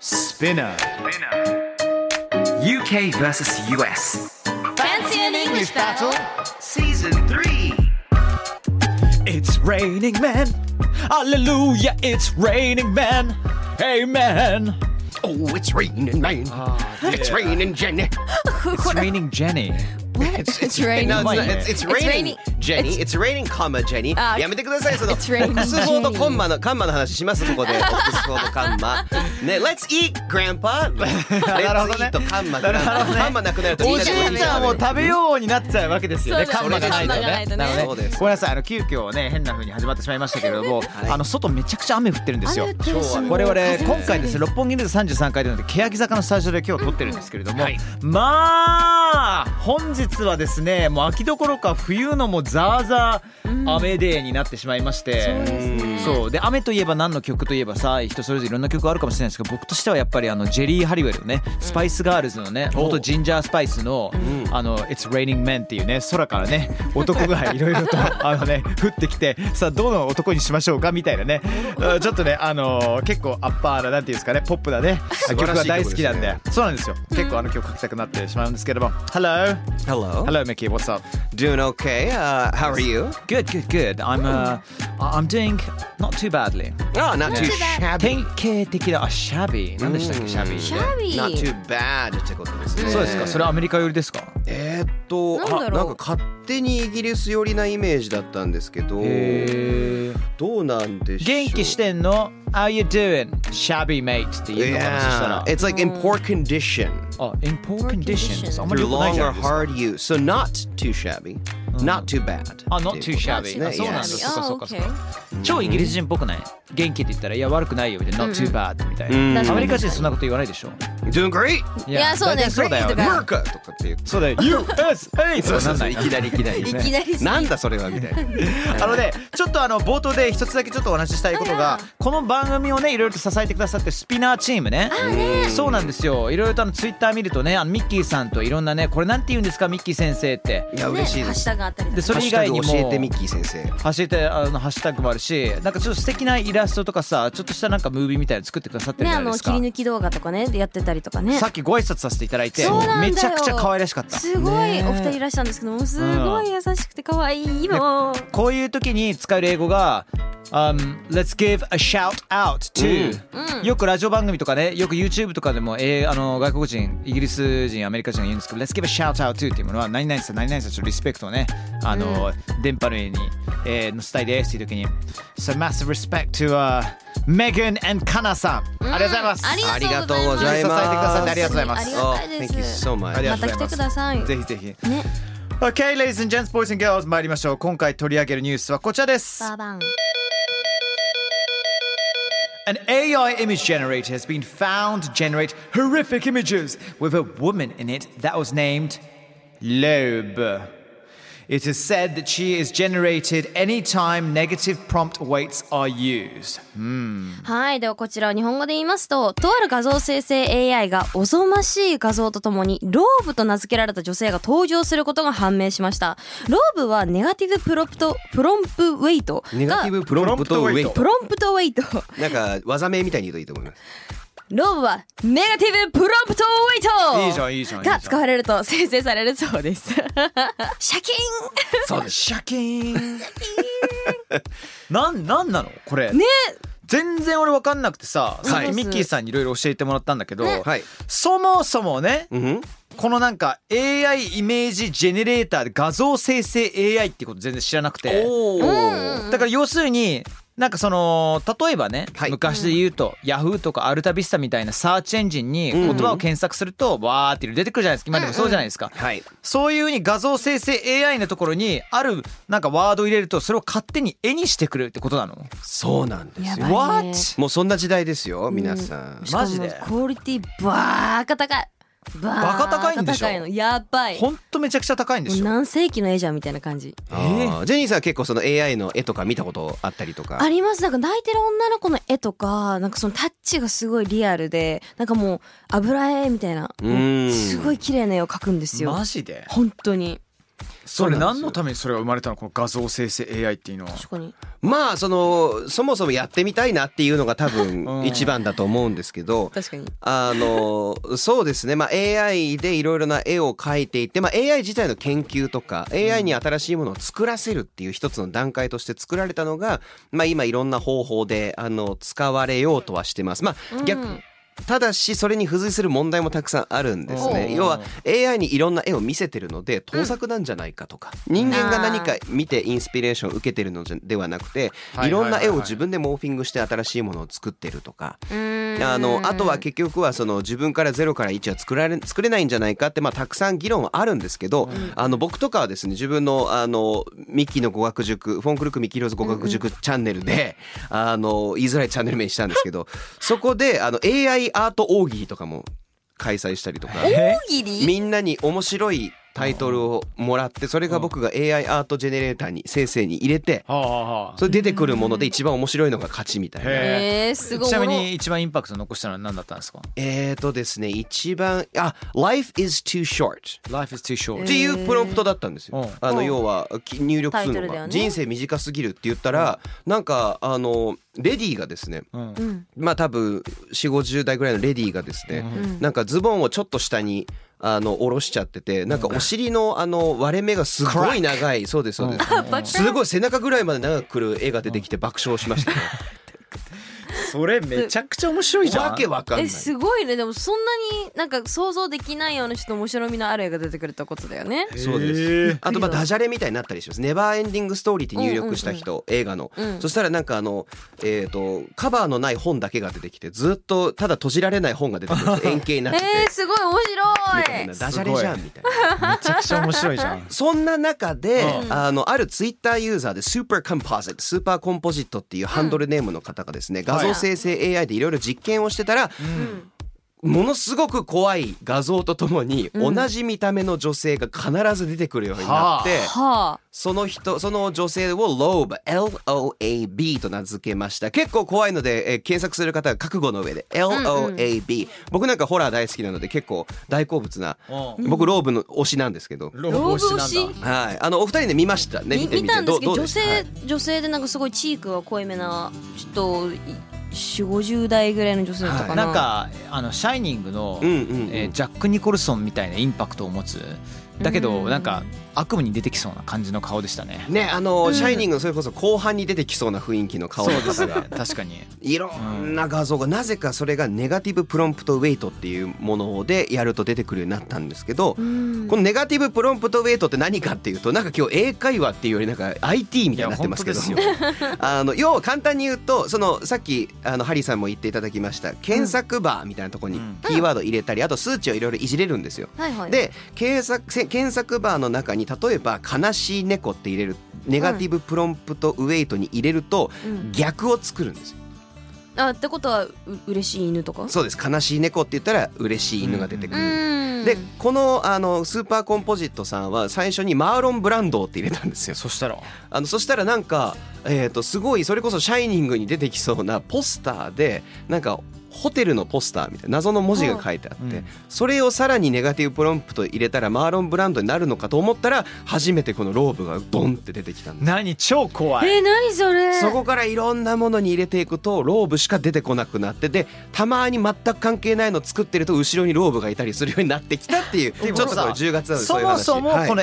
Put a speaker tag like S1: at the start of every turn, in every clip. S1: Spinner.
S2: UK versus US.
S3: Fancy an English battle
S2: Season 3.
S1: It's raining man. Hallelujah, it's raining man. Amen.
S4: Oh, it's raining, man. It's raining, Jenny.
S1: It's raining Jenny.
S4: It's, it's raining. No, it's, not. It's, it's raining,
S5: raining.
S4: Jenny. It's, raining, comma, Jenny.
S1: Ah.
S5: あー
S4: やめてください、その、オ
S5: It's raining,
S4: ックスフォードコンマの、カンマの話します、そ こで。オックスフォードカンマ。ね、Let's eat, grandpa. Let's
S1: なるほどね
S4: eat, カンマ、
S1: なるほどね
S4: カンマなくなるとみ
S1: お
S4: んな
S1: じ
S4: で
S1: いちゃんを
S4: 食
S1: 食べようになっちゃうわけですよね。
S5: そう
S1: 看
S5: です
S1: 板がないと
S5: 看板がな
S1: ね。
S5: いとね
S1: なの
S4: そう
S1: で
S4: です
S1: ごめんなさいあの急遽ね変な風に始まってしまいましたけれども、あの外めちゃくちゃ雨降ってるんですよ。
S4: べよう。今日は
S1: 我々今回ですね六本木ヒルズ33階でので欅坂のスタジオで今日撮ってるんですけれども、
S4: はい
S1: まあ本日はですねもう秋どころか冬のもうザーザー雨デーになってしまいまして、そうで雨といえば何の曲といえばさ人それぞれいろんな曲あるかもしれないですけど僕としてはやっぱりあのジェリー・ハリウェルのねスパイスガールズのね元ジンジャースパイスの「あの It's Raining Men」っていうね空からね男がいろい ろとあのね降ってきてさあどの男にしましょうかみたいな ねうんちょっとねあのー結構アッパーななんていうんですかねポップなね曲が大好きなんでそうなんですよ結構あの曲書きたくなってしまうんですけども Hello
S4: Hello.
S1: Hello Mickey what's up
S4: Doing okay? Uh, how are you?
S1: Good good good I'm uh I'm doing not too badly
S4: Oh, not too
S1: 典
S4: shabby.
S1: 型的なあシャビー何でしたっけシャビー
S5: シャビー
S4: Not too bad ってことですね。
S1: そうですかそれアメリカ寄りですか
S4: えーっと
S5: なんだろう
S4: あなんか勝手にイギリス寄りなイメージだったんですけど
S1: へ
S4: どうなんでしょう
S1: 元気してんの How you doing? Shabby mate っていうのかなそしたら
S4: Yeah, it's like in poor condition
S1: あ、in poor conditions あんまり
S4: through
S1: 良くない
S4: long
S1: じゃ
S4: or
S1: ないですか
S4: hard use. So not too shabby, not too bad.
S1: あ、not too
S4: ってい
S1: shabby
S4: うこと
S1: あ、
S4: です
S1: そう
S4: ね
S1: なんだ
S4: Yes
S1: そっかそっかそっ
S5: Ah,
S1: か超イギリス人っぽくない元気って言ったらいや悪くないよみたいな not too bad みたいなアメリカ人そんなこと言わないでしょ
S4: Doing great!
S1: い
S5: いやそう
S1: 大
S5: ね
S1: 体そうだよ
S5: great とか
S4: America! とかって言って。
S1: そうだよ USA
S4: そ
S1: そ
S4: うそう
S1: な
S4: うそ
S1: ん
S4: う、い
S1: だ
S4: きなりいきなり。
S5: いきなりすぎ
S4: なんだそれはみたいな。
S1: あの ね、ちょっとあの冒頭で一つだけちょっとお話ししたいことが、この番組をね、いろいろと支えてくださってるスピナーチームね。そうなんですよ。いろいろとあのツイッター見るとね、あのミッキーさんといろんなね、これなんて言うんですか、ミッキー先生って。
S4: いや、
S5: ね
S4: 嬉しい
S5: ハ
S4: で
S5: ッシュ
S4: す。
S5: タグあったりと
S1: で、
S5: か
S1: それ以外にも。
S4: ハッシュタグ教えてミッキー先生。
S1: 走ってあのハッシュタグもあるしなんかちょっと素敵なイラストとかさちょっとしたなんかムービーみたいなの作ってくださってる
S5: ね
S1: じゃ
S5: あ
S1: ない
S5: の
S1: です
S5: 切
S1: か、
S5: り抜き動画とかねやってたりとかね
S1: さっきご挨拶させていただいて
S5: そうなんだよ
S1: めちゃくちゃ可愛らしかった
S5: すごい
S1: ね
S5: お二人いらっしゃるんですけどもすごい優しくて可愛いもう
S1: こういう時に使える英語が、um, Let's give a shout out to、よくラジオ番組とかねよく YouTube とかでも、えーあの外国人イギリス人アメリカ人が言うんですけど Let's give a shout out to っていうものは何々さん何々さんちょっとリスペクトをねあの、電波の上に、えー、載せたいですっていう時に So massive respect to、uh, Megan and Kana さん、ありがとうございます
S4: ありがとう
S1: ざ
S4: ござ
S1: い
S4: い
S1: ま支えて
S4: ますす。
S1: くださってありがとうございます
S5: ありがたいです
S4: Oh, Thank you so
S1: あり
S4: much.
S1: が
S5: ま
S1: とうございま
S5: た来て
S1: す
S5: ください
S1: ぜひぜひ
S5: ね
S1: OK ladies and gents boys and girls 参りましょう今回取り上げるニュースはこちらです
S5: ババン
S1: An AI image generator has been found to generate horrific images with a woman in it that was named Loeb. It is said that she is generated anytime negative prompt weights are used.
S5: はい。では、こちらを日本語で言いますと、とある画像生成 AI がおぞましい画像とともに、ローブと名付けられた女性が登場することが判明しました。ローブはネガティブプロプト、プロンプウェイト
S4: ネガ
S5: が
S4: ティ、ブプロンプトウェイト
S5: プ。ロンプトウェイト。
S4: なんか、技名みたいに言うといいと思います。
S5: ローブはネガティブプロンプトウェイト
S1: いいじゃんいいじゃんいいじゃん
S5: が使われると生成されるそうです。 シャキー
S4: そうです。
S1: シャキーン。なんなんなのこれ。
S5: ンね
S1: 全然俺わかんなくてさ、さっきミッキーさんにいろいろ教えてもらったんだけど、
S4: はい。
S1: そもそもね、
S4: うん
S1: このなんか AI イメージジェネレーターで画像生成 AI ってこと全然知らなくて
S4: おー。
S1: だから要するになんかその例えばね、
S4: はい
S1: 昔で言うと、ヤフーとかアルタビスタみたいなサーチエンジンに言葉を検索するとわーって出てくるじゃないですか今でもそうじゃないですか、
S4: はい。
S1: そういうふうに画像生成 AI のところにあるなんかワードを入れるとそれを勝手に絵にしてくれるってことなの
S4: そうなんですよ。
S5: やばいね
S1: What？
S4: もうそんな時代ですよ、皆さん。
S1: マジで
S5: しかもクオリティバーカ高いバ
S1: バカ高いんでしょ
S5: バカ高のやばいも
S1: ほんとめちゃくちゃ高いんで
S5: う
S1: しょ
S5: 何世紀の絵じゃんみたいな感じ
S4: あージェニーさんは結構その AI の絵とか見たことあったりとか。
S5: ありますなんか泣いてる女の子の絵とかなんかそのタッチがすごいリアルでなんかもう油絵みたいな
S4: うん
S5: すごい綺麗な絵を描くんですよ
S1: マジで
S5: 本当に
S1: そ
S4: れ
S1: れ何のためにそれが生まれたのこの画像生成 AI っていうのは
S5: 確かに
S4: まあそのそもそもやってみたいなっていうのが多
S1: う
S4: 分
S1: ん
S4: 一番だと思うんですけど。
S5: 確かに
S4: あのそうですね、まあ、AI でいろいろな絵を描いていて、まあ、AI 自体の研究とか AI に新しいものを作らせるっていう一つの段階として作られたのが、まあ、今いろんな方法であの使われようとはしてます。まあ逆
S5: うん
S4: ただしそれに付随する問題もたくさんあるんです
S1: お
S4: ね
S1: う
S4: 要は AI にいろんな絵を見せてるので盗作なんじゃないかとか、人間が何か見てインスピレーションを受けてるのじゃではなくて
S1: はいいはいはいはい
S4: ろんな絵を自分でモーフィングして新しいものを作ってるとか、
S5: うん
S4: あのあとは結局はその自分からゼロから1は作られ作れないんじゃないかって、まあ、たくさん議論はあるんですけど、あの僕とかはですね自分のあのミッキーの語学塾フォンクルクミッキーローズ語学塾チャンネルで、あの言いづらいチャンネル名にしたんですけどそこであの AI アート大喜利とかも開催したりとか
S1: え
S5: 大喜利
S4: みんなに面白いタイトルをもらってそれが僕が AI アートジェネレーターに先生に入れて
S1: はあは
S4: それ出てくるもので一番面白いのが勝ちみたいな。
S1: へ
S5: えー、すごい
S1: ちなみに一番インパクト残したのは何だったんですか
S4: えーとですね、一番、あ、Life is too short
S1: Life is too
S4: っ
S1: short
S4: ていうプロンプトだったんです
S1: う
S4: よ。
S1: ん
S4: あ
S5: う
S4: の、
S5: ん
S4: 要は、き入力
S5: タ
S4: す
S5: イト
S4: る
S5: ル
S4: の
S5: だよ
S4: が、
S5: ね
S4: 人生短すぎるって言ったら、なんか、あの、レディーがですね、
S1: うん
S5: うん
S4: まあ多分、4、50代ぐらいのレディーがですね、
S5: うん
S4: なんかズボンをちょっと下に、あの、下ろしちゃってて、なんかお尻の、あの、割れ目がすごい長い、そうです、そうです。すごい背中ぐらいまで長くくる絵が出てきて爆笑しましたね。
S1: それめちゃくちゃ面白いじゃん
S4: わけわかんな
S5: え
S4: い。
S5: すごいねでもそんなになんか想像できないようなちょっと面白みのある絵が出てくるってことだよね
S4: そうです、あとまあダジャレみたいになったりします「ネバーエンディングストーリー」って入力した人、映画の、
S5: うん
S4: そしたらなんかあの、えー、とカバーのない本だけが出てきてずっとただ閉じられない本が出てくるんですよ円形になってて、
S5: えー、すごい面白
S4: み
S5: い
S4: たいなダジャレじゃんみたいな。
S1: めちゃくちゃ面白いじゃ ん
S4: そんな中で、
S1: うん
S4: あのあるツイッターユーザーでスーパーコンポジットスーパーコンポジットっていうハンドルネームの方がですね、画像生成 AI でいろいろ実験をしてたら、ものすごく怖い画像とともに、同じ見た目の女性が必ず出てくるようになって、
S5: はあ
S4: その人、その女性を LOAB、L-O-A-B と名付けました。結構怖いので、えー検索する方は覚悟の上で、L-O-A-B。僕なんかホラー大好きなので結構大好物な、
S1: う
S4: 僕ローブの推しなんですけど、
S1: ロ
S5: 老
S1: ボ
S5: 夫
S1: 推し
S5: 子
S1: なんだ
S4: はい。あの、お二人で見ましたね。
S5: み
S4: 見て
S5: 見
S4: み
S5: た
S4: て。
S5: んです
S4: ど
S5: けど
S4: ど
S5: 女
S4: うでした
S5: 性、女性でなんかすごいチークが濃いめなちょっと4 5 0代ぐらいの女性だったかな,、
S1: なんかあの「シャイニングの」
S4: うんうんうん
S1: えージャック・ニコルソンみたいなインパクトを持つだけど
S5: うん
S1: なんか悪夢に出てきそうな感じの顔でしたね
S4: ね、あの、シャイニングのそれこそ後半に出てきそうな雰囲気の顔
S1: そ
S4: の
S1: うで
S4: 方
S1: すね
S4: が、
S1: 確かに
S4: いろんな画像が、なぜかそれがネガティブプロンプトウェイトっていうものでやると出てくるようになったんですけど、
S5: うん
S4: このネガティブプロンプトウェイトって何かっていうとなんか今日英会話っていうよりなんか IT みたいになってますけど
S1: いや本
S4: あの要は簡単に言うとそのさっきあのハリーさんも言っていただきました検索バーみたいなところに
S1: うん
S4: キーワード入れたりあと数値をいろいろいじれるんですよ。
S5: はいはい
S4: で検索せ検索バーの中に例えば「悲しい猫」って入れるネガティブプロンプトウェイトに入れると
S5: うん
S4: 逆を作るんですよ。
S5: あってことはう嬉しい犬とか
S4: そうです悲しい猫って言ったら嬉しい犬が出てく
S5: う
S4: る。
S5: ん
S4: でこのあのスーパーコンポジットさんは最初にマーロン・ブランドーって入れたん ですよ
S1: そしたら
S4: あのそしたらなんか、えー、とすごいそれこそ「シャイニング」に出てきそうなポスターでなんかホテルのポスターみたいな謎の文字が書いてあって、
S1: うん
S4: それをさらにネガティブプロンプト入れたらマーロン・ブランドになるのかと思ったら初めてこのローブがドンって出てきたんです。
S1: 何超怖い
S5: えー、何それ
S4: そこからいろんなものに入れていくとローブしか出てこなくなってでたまに全く関係ないの作ってると後ろにローブがいたりするようになっってきたっていうちょ
S1: で
S4: っ
S1: も
S4: とこ
S1: さ
S4: れ10月なんです
S1: そもそも
S4: そういう話はい
S1: この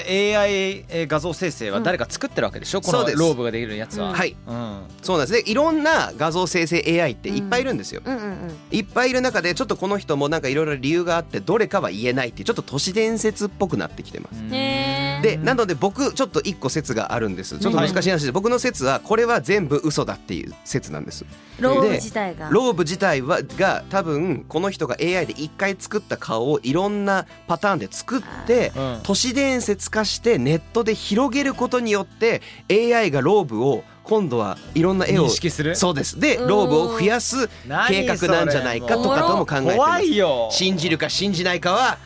S1: AI 画像生成は誰か作ってるわけでしょ、この
S4: そうです
S1: ローブができるやつは。
S4: はい
S1: うん
S4: そうなんですでいろんな画像生成 AI っていっぱいいるんですよ、
S5: うんうんうん
S4: いっぱいいる中でちょっとこの人もなんかいろいろ理由があってどれかは言えないっていうちょっと都市伝説っぽくなってきてます
S5: へー
S4: でなので僕ちょっと一個説があるんですちょっと難しい話で僕の説はこれは全部嘘だっていう説なんです
S5: ローブ自体が
S4: ローブ自体はが多分この人が AI で一回作った顔をいろんなパターンで作って
S1: うん
S4: 都市伝説化してネットで広げることによって AI がローブを今度はいろんな絵を
S1: 認識する
S4: そうですで
S5: うん
S4: ローブを増やす
S1: 何
S4: 計画なんじゃないかとかとも考えてま
S1: 怖
S4: す
S1: いよ
S4: 信じるか信じないか は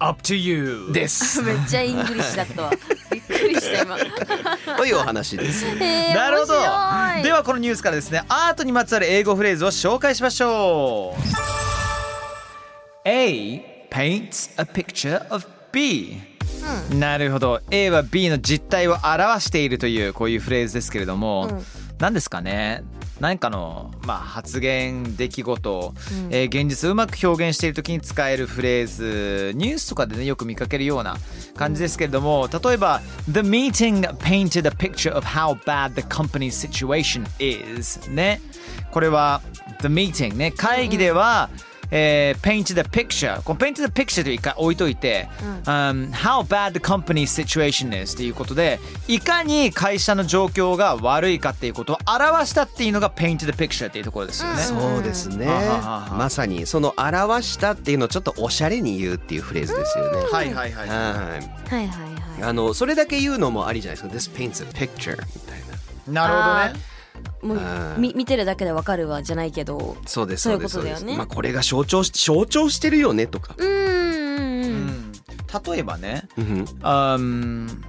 S1: Up to you
S4: です
S5: めっちゃイングリッシュだったわびっくりした 今
S4: というお話です
S5: へー
S1: なるほど
S5: 面白い
S1: ではこのニュースからですねアートにまつわる英語フレーズを紹介しましょう A paints a picture of B なるほど A は B の実態を表しているというこういうフレーズですけれども、
S5: うん
S1: 何ですかね何かの、まあ、発言出来事、えー現実をうまく表現している時に使えるフレーズニュースとかでねよく見かけるような感じですけれども例えば「The meeting painted a picture of how bad the company's situation is」ねこれは「The meeting ね」会議では、えー、paint the picture この paint the picture という一回置いといて、um, how bad the company's situation is ということでいかに会社の状況が悪いかっていうことを表したっていうのが paint the picture っていうところですよね、
S4: そうですね
S1: あはは
S4: まさにその表したっていうのをちょっとおしゃれに言うっていうフレーズですよね
S1: はいはいはい
S5: は
S4: はい
S5: いはいはい
S4: あのそれだけ言うのもありじゃないですか This paints a picture みたいな
S1: なるほどね
S5: も
S4: あー
S5: うみ見てるだけでわかるわじゃないけど
S4: そうです
S5: そうい
S4: そ
S5: ううこ
S4: で
S5: と
S4: すそうで
S5: だ
S4: す
S5: よね
S4: まあこれが象徴し象徴してるよねとか
S5: うー
S1: うんん例えばね
S4: うん
S1: um,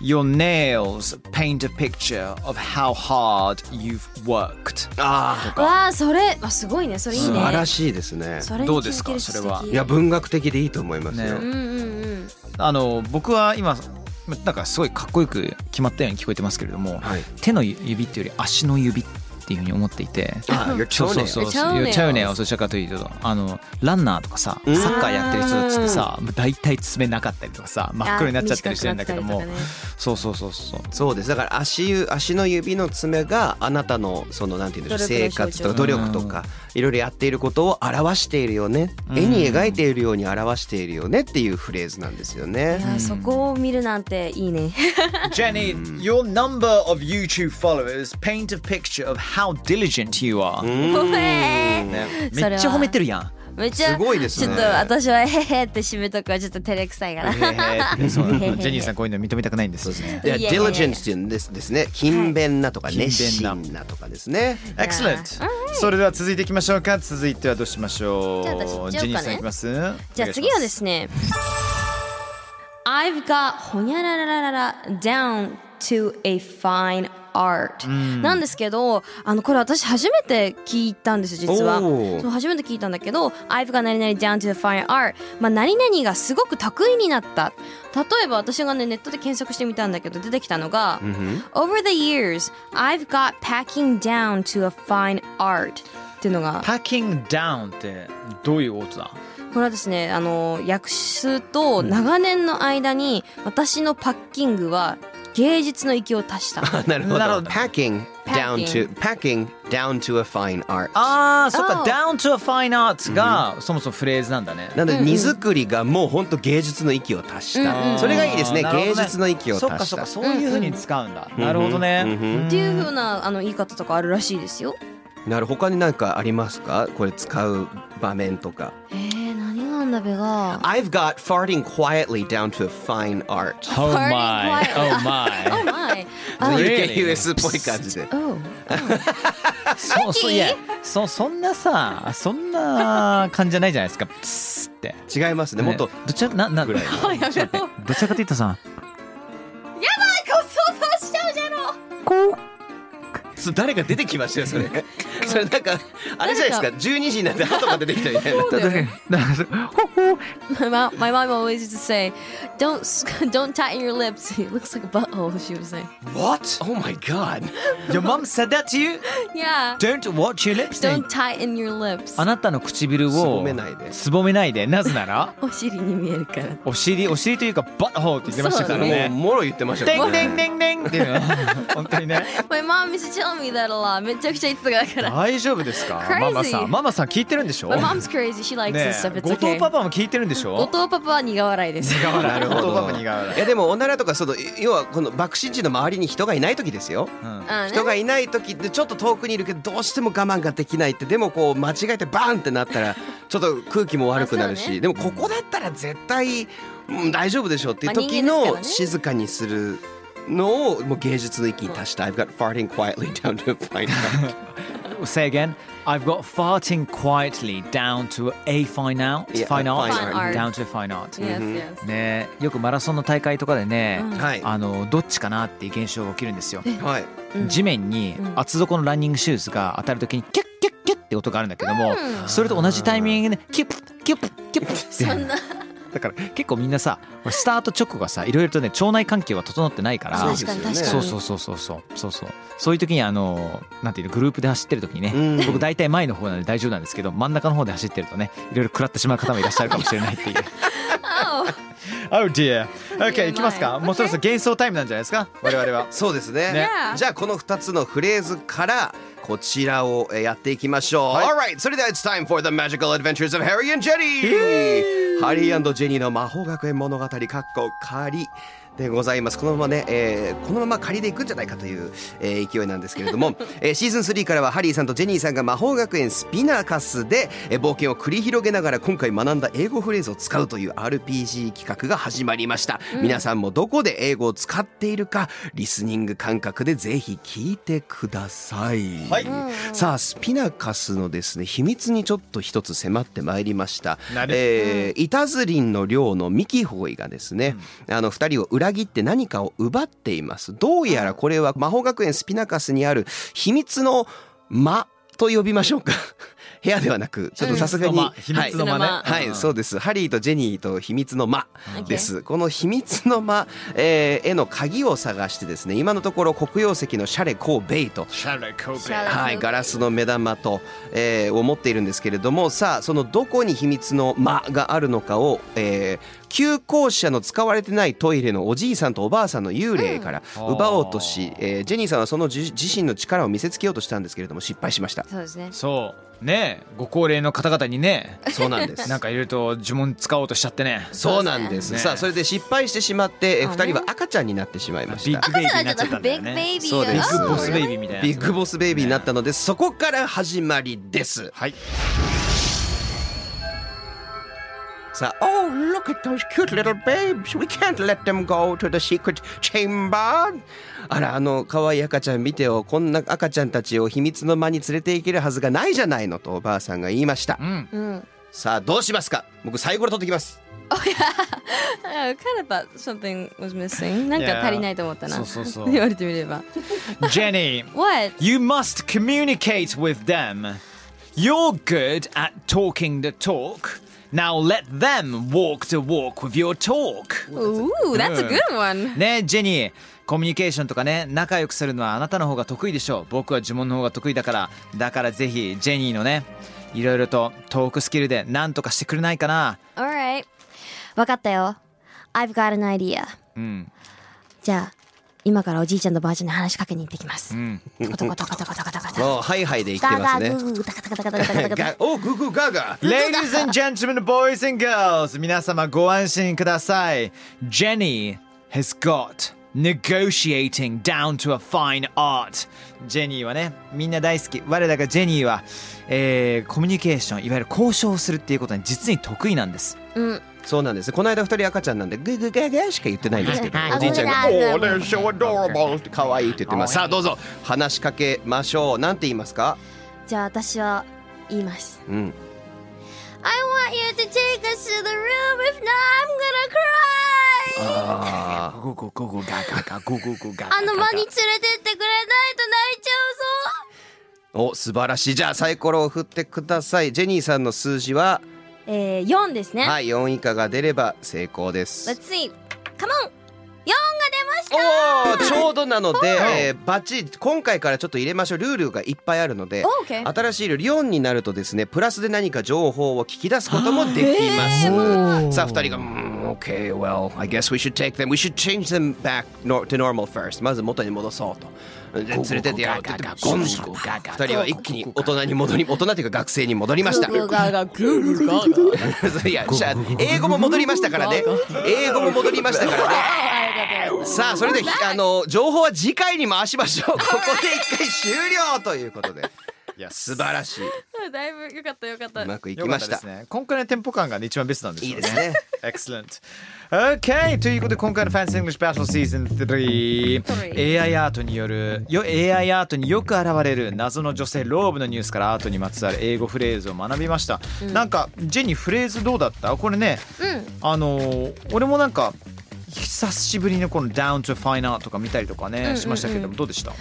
S1: Your nails paint a picture of how hard you've worked
S4: あ
S5: わあそれあすごいねそ
S4: あ
S5: れいい
S4: 素
S5: ね
S4: 晴らしいですね
S5: それに
S1: どうですか
S5: 気づける
S1: それはい
S5: 素敵
S4: いや文学的でいいと思います
S5: う
S4: よ
S5: んうんうん
S1: あの僕は今なんかすごいかっこよく決まったように聞こえてますけれども、
S4: はい
S1: 手の指っていうより足の指っていうふうに思っていて。
S4: ああ Your
S1: そうそう
S4: toenails
S1: そう。
S5: Your toenails
S1: チャウネをどちらかというとあのランナーとかさサ
S4: うん
S1: ッカーやってる人たちってさもう大体爪なかったりとかさ真っ黒になっちゃったりしてるんだけども
S5: あ短くなったりと
S1: そうそうそうそう
S4: そうですだから足ゆ足の指の爪があなたのそのなんて言うんでしょう
S5: 努力の
S4: 生
S5: 象徴
S4: 活とか努力とかいろいろやっていることを表しているよね
S1: うん
S4: 絵に描いているように表しているよねっていうフレーズなんですよ
S5: い
S4: ね。
S5: やそこを見るなんていいね
S1: Jenny, your number of YouTube followers paint a picture of how diligent you are.
S4: う
S1: ね
S4: ん
S5: ごめんそれは
S1: めっちゃ褒めてるやん。
S5: めっちゃ
S4: すごいですね
S5: ちょっと私はへへって締めとくはちょっと照れくさいから
S1: へー へーそうジェニーさんこういうの認めたくないんですよね。
S4: で
S5: いやいやいや
S4: diligent っていうんですですね勤勉なとか
S1: はい
S4: 熱
S1: 勤勉な
S4: 心なとかですね。
S1: Excellent! それでは続いていきましょうか。続いてはどうしましょう。
S5: じゃあ私行っちゃおうかね
S1: ジェニーさんいきます。
S5: じゃあ次はですすね I've got ほにゃららららら down to a fine art、なんですけどあのこれ私初めて聞いたんですよ実は
S4: おー
S5: そう初めて聞いたんだけど I've got 何々 down to a fine art まあ何々がすごく得意になった例えば私がねネットで検索してみたんだけど出てきたのが、Over the years I've got packing down to a fine art っていうのが
S1: Packing down ってどういう音だ
S5: これはですねあの訳すと長年の間に私のパッキングは芸術の域を足した
S4: なるほど。
S1: なるほど
S4: packing down to packing down to a fine art。
S1: ああ、そっか
S5: あ。ー
S1: down to a fine art がそもそもフレーズなんだね。
S4: なので荷造りがもう本当芸術の域を達した、それがいいですね
S1: なるほど
S4: 芸術の域を達し
S1: そ
S4: た
S1: っかそっか、そういうふうに使うんだ。なるほど
S4: うん
S1: ね。
S4: うん
S5: っていう風なあの言い方とかあるらしいですよ
S4: なる他に何かありますかこれ使う場面とか
S5: えー、何があんだべが
S4: I've got farting quietly down to a fine art
S1: Oh
S5: Party
S1: my, oh
S5: Oh
S1: my.
S5: my
S1: Really?
S4: UKUS っ ぽい感 じで
S5: Oh
S1: そうそういやそそんなさそんな感じじゃないじゃないですかプスって
S4: 違いますねもっと
S1: ねどちらななぐらい
S5: あやめろ
S1: どちらかというとさ
S5: 想像しちゃうじゃろ
S1: 誰が出てきましたよそれ
S4: それ なんかあれじゃないですか12時になって歯とか出てきたみたいな
S1: 確かになんかそうほほ
S5: My mom, my mom always used to say, "Don't s- don't tighten your lips. It looks like a butthole." She would say,
S4: What? Oh my god
S1: Your mom said that to you?
S5: "Yeah,
S1: Don't watch your lips
S5: don't tighten your lips."
S1: あなたの唇を
S4: すぼめないで
S1: つぼめないでなぜな ら
S5: お尻に見えるから。
S1: お尻お尻というかバッホーって言ってましたから
S4: もう
S1: ね
S4: もろ言ってました
S1: で
S4: よ
S1: んでんでんでんっていうの本当にね
S5: My mom used to tell me that a lot. めちゃくちゃ言ってたから。
S1: 大丈夫ですか
S5: Crazy
S1: ママさんママさん聞いてるんでしょ
S5: My mom's crazy. She likes
S1: ね
S5: this stuff.
S1: え
S5: It's
S1: 後藤
S5: okay.
S1: パパも聞いてるんでしょ
S5: 後藤パパは苦笑いです。
S1: 苦笑い
S4: なるほ
S1: 後藤パ
S4: ど
S1: パ苦笑
S4: い
S1: い
S4: やでもおならとかその要はこの爆心地の周りに人がいない時ですよ
S1: うん
S5: あね
S4: 人がいない時でちょっと遠くにいるけどどうしても我慢ができないってでもこう間違えてバーンってなったらちょっと空気も悪くなる
S5: あそうね
S4: しでもここだったら絶対うん大丈夫でしょうっていう時
S5: まあ人間
S4: の
S5: ですから
S4: 静かにするのをもう芸術の域に達した I've got farting quietly down to a fine art
S1: Say again I've got farting quietly down to a fine art
S4: Yeah,
S1: fine art
S4: fine
S5: art.
S1: down to a fine art
S5: Yes,
S1: ね
S5: yes.
S1: えよくマラソンの大会とかでね
S5: うん
S4: はい
S1: あのどっちかなっていう現象が起きるんですよ
S4: はい
S5: うん
S1: 地面に
S5: うん
S1: 厚底のランニングシューズが当たるときにキュッキュッキュッって音があるんだけども
S5: うん
S1: それと同じタイミングでキュッキュッキュッキュ
S5: そん
S1: ッっ
S5: な。
S1: てだから結構みんなさスタート直後がさいろいろとね腸内環境は整ってないから
S4: そう
S5: 確
S4: です
S5: か
S4: よ
S5: に
S4: ね
S5: 確かに。
S1: そうそうそうそうそうそうそうそういう時にあのなんていうのグループで走ってる時にね、
S4: うん
S1: 僕大体前の方なんで大丈夫なんですけど真ん中の方で走ってるとねいろいろ食らってしまう方もいらっしゃるかもしれないっていう Oh dear OK いきますかもうそろそろ幻想タイムなんじゃないですか我々は
S4: そうですね
S1: ね
S5: Yeah.
S4: じゃあこの2つのフレーズからこちらをえーやっていきましょう、Alright それでは It's time for the magical adventures of Harry and Jenny ハリージェニーの魔法学園物語かっこ仮でございますこのままね、えーこのまま仮でいくんじゃないかという、えー勢いなんですけれども、 えーシーズン3からはハリーさんとジェニーさんが魔法学園スピナカスで、えー冒険を繰り広げながら今回学んだ英語フレーズを使うという RPG 企画が始まりました、皆さんもどこで英語を使っているかリスニング感覚でぜひ聞いてください、
S1: はい
S4: さあスピナカスのですね秘密にちょっと一つ迫ってまいりました
S1: なる
S4: えーイタズリンの寮のミキホイがですね、あの2人を裏切って何かを奪っていますどうやらこれは魔法学園スピナカスにある秘密の間と呼びましょうか 部屋ではなくちょっとさすがに、
S1: 秘密の間ね
S5: は。
S4: はい、そうです。ハリーとジェニーと秘密の間です。この秘密の間、えーへの鍵を探してですね、今のところ黒曜石のシャレコーベイと、はい、ガラスの目玉と、えーを持っているんですけれども、さあ、そのどこに秘密の間があるのかを、えー旧校舎の使われてないトイレのおじいさんとおばあさんの幽霊から奪おうとし、
S1: うん
S4: えージェニーさんはその自自身の力を見せつけようとしたんですけれども失敗しました
S5: そうですね。
S1: そうねえご高齢の方々にね
S4: そうなんです。
S1: なんかいろいろと呪文使おうとしちゃってね
S4: そうなんです、
S1: ね
S4: さあそれで失敗してしまって、え
S5: あ
S4: ー、
S5: ね
S4: 2人は赤ちゃんになってしまいまし
S1: ビ
S4: た
S1: ッグベイビーになっちゃったんだよね
S5: ビッグベイビー
S4: そう
S1: ビ
S4: で
S1: ッ
S4: す
S1: グボスベイビーみたいな
S4: ビッグボスベイビーになったので、そこから始まりです
S1: はい
S4: さあ「Oh look at those cute little babes we can't let them go to the secret chamber」あらあの可愛い赤ちゃん見てよこんな赤ちゃんたちを秘密の間に連れて行けるはずがないじゃないのとおばあさんが言いました
S1: うん
S5: うん。
S4: さあどうしますか僕最後で取ってきます
S5: I kind of thought something was missing. なんか足りないと思ったな。
S1: そうそうそう
S5: 言われてみれば。
S1: Jenny
S5: What?
S1: You must communicate with them. You're good at talking the talk. Now let them walk the walk with your talk.
S5: Ooh, that's a good one.
S1: ねえジェニーコミュニケーションとかね仲良くするのはあなたの方が得意でしょう僕は呪文の方が得意だからだからぜひジェニーのねいろいろとトークスキルで何とかしてくれないかな
S5: Alright. わかったよ。I've got an idea.
S1: うん
S5: じゃあ、今からおじいちゃんとばあちゃんに話しかけに行ってきます
S1: う。ん
S5: トコトコトコトコトコトコトコ。
S4: もうハイハイで生きて
S5: ガ
S4: ます
S5: ガグ
S4: ね
S5: ータカタカタカタカタカタ
S4: がおグーグーガーガー
S1: Ladies and gentlemen, boys and girls 皆様ご安心ください Jenny has got negotiating down to a fine art ジェニーはねみんな大好き我らがジェニーは、えーコミュニケーションいわゆる交渉をするっていうことに実に得意なんです
S5: うん。
S4: そうなんですこの間二人赤ちゃんなんでグーグーガーガーしか言ってないんですけど
S5: はい
S4: おじいちゃんが「
S5: 危ない
S4: おお they're so adorable」って可愛いって言ってますさあどうぞ話しかけましょうなんて言いますか
S5: じゃあ私は言います。
S4: うん
S5: I want you to take us to the room. If not, I'm gonna cry.
S4: あ
S1: ゴゴゴゴガガガゴゴゴガ
S5: あの間に連れてってくれないと泣いちゃうぞ。
S4: お素晴らしいじゃあサイコロを振ってくださいジェニーさんの数字は
S5: えー、4ですね。
S4: はい4以下が出れば成功です
S5: Let's see. Come on! 4
S4: おーちょうどなので、
S1: はい
S4: えーバッチリ今回からちょっと入れましょうルールがいっぱいあるので
S5: が出ました !OK!
S4: 新しいルール4になるとですねプラスで何か情報を聞き出すこともできます、さあ2人が「うん OK well I guess we should take them we should change them back no- to normal first」まず元に戻そうとで連れてってやろうって言ってゴン2人は一気に大人に戻り大人というか学生に戻りましたいやしゃ英語も戻りましたからね英語も戻りましたからねさあそれでひあの情報は次回に回しましょうここで一回終了ということでいや素晴らしい
S5: だいぶよかったよかった。
S4: うまくいき
S1: よか
S4: ま
S1: った
S4: し
S1: で
S4: た
S1: すね。今回のテンポ感が、ね、一番ベストなんです
S4: いい
S1: よ
S4: で
S1: ね。
S4: すね
S1: Excellent. Okay! ということで今回の Fancy English Battle Season 3 AI アートによるよ AI アートによく現れる謎の女性ローブのニュースからアートにまつわる英語フレーズを学びました、なんかジェニーフレーズどうだったこれね
S5: うん。
S1: あのー俺もなんか久しぶりにこの Down to Fine Art とか見たりとかね、
S5: うん
S1: しましたけどもどうでした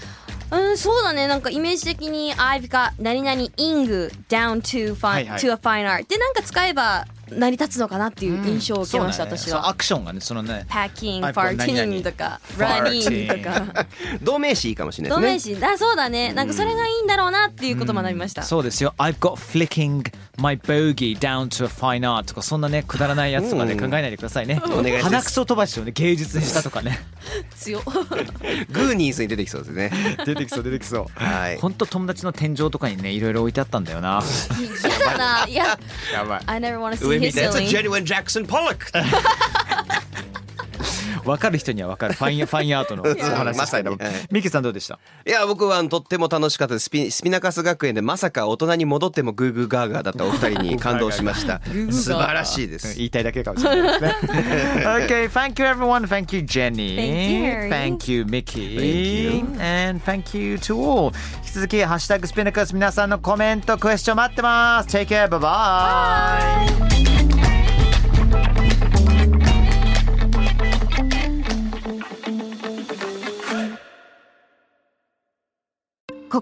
S5: うん、そうだね。なんかイメージ的に、I've got 何々 ing down to
S1: は
S5: fine,
S1: いはい
S5: to a fine art でなんか使えば成り立つのかなっていう印象を受けました、
S1: そうだね
S5: 私
S1: そう
S5: は。
S1: アクションがねそのね
S5: packing,
S1: I've got
S5: farting とか、
S1: 々
S5: running と か。
S4: 同名詞いいかもしれない
S5: 同
S4: で
S5: 名
S4: すね
S5: 詞、あ、そうだね。なんかそれがいいんだろうなっていうことを学びました。
S1: そうですよ。I've got flicking my bogey down to a fine art とかそんなねくだらないやつとかね、
S4: うん
S1: 考えないでくださいね。
S4: お願いします
S1: 鼻くそ飛ばしをね芸術にしたとかね。
S5: 強。
S4: グーニーズに出てきそうですね
S1: 出てきそう出てきそう。
S4: はい
S1: 本当友達の天井とかにねいろいろ置いてあったんだよな。
S5: 嫌だな。い や、
S1: やばい。
S5: I never wanna see
S4: 上
S5: his
S4: 見て That's a
S5: ceiling.
S4: genuine Jackson Pollock
S1: わかる人にはわかるファインファインアートのお話でしたけども
S4: まさにはい。
S1: ミキさんどうでした？
S4: いや僕はとっても楽しかったですスピスピナカス学園でまさか大人に戻ってもグーグーガーガーだったお二人に感動しました素晴らしいで
S1: うん
S4: す
S1: 言いたいだけかもしれないですね。okay, thank you everyone. Thank you Jenny.
S5: Thank you, Harry.
S1: Thank you Mickey. And thank you to all. 引き続きハッシュタグスピナカス皆さんのコメント、クエスチョン待ってます。Take care. Bye bye.
S3: Spotify こ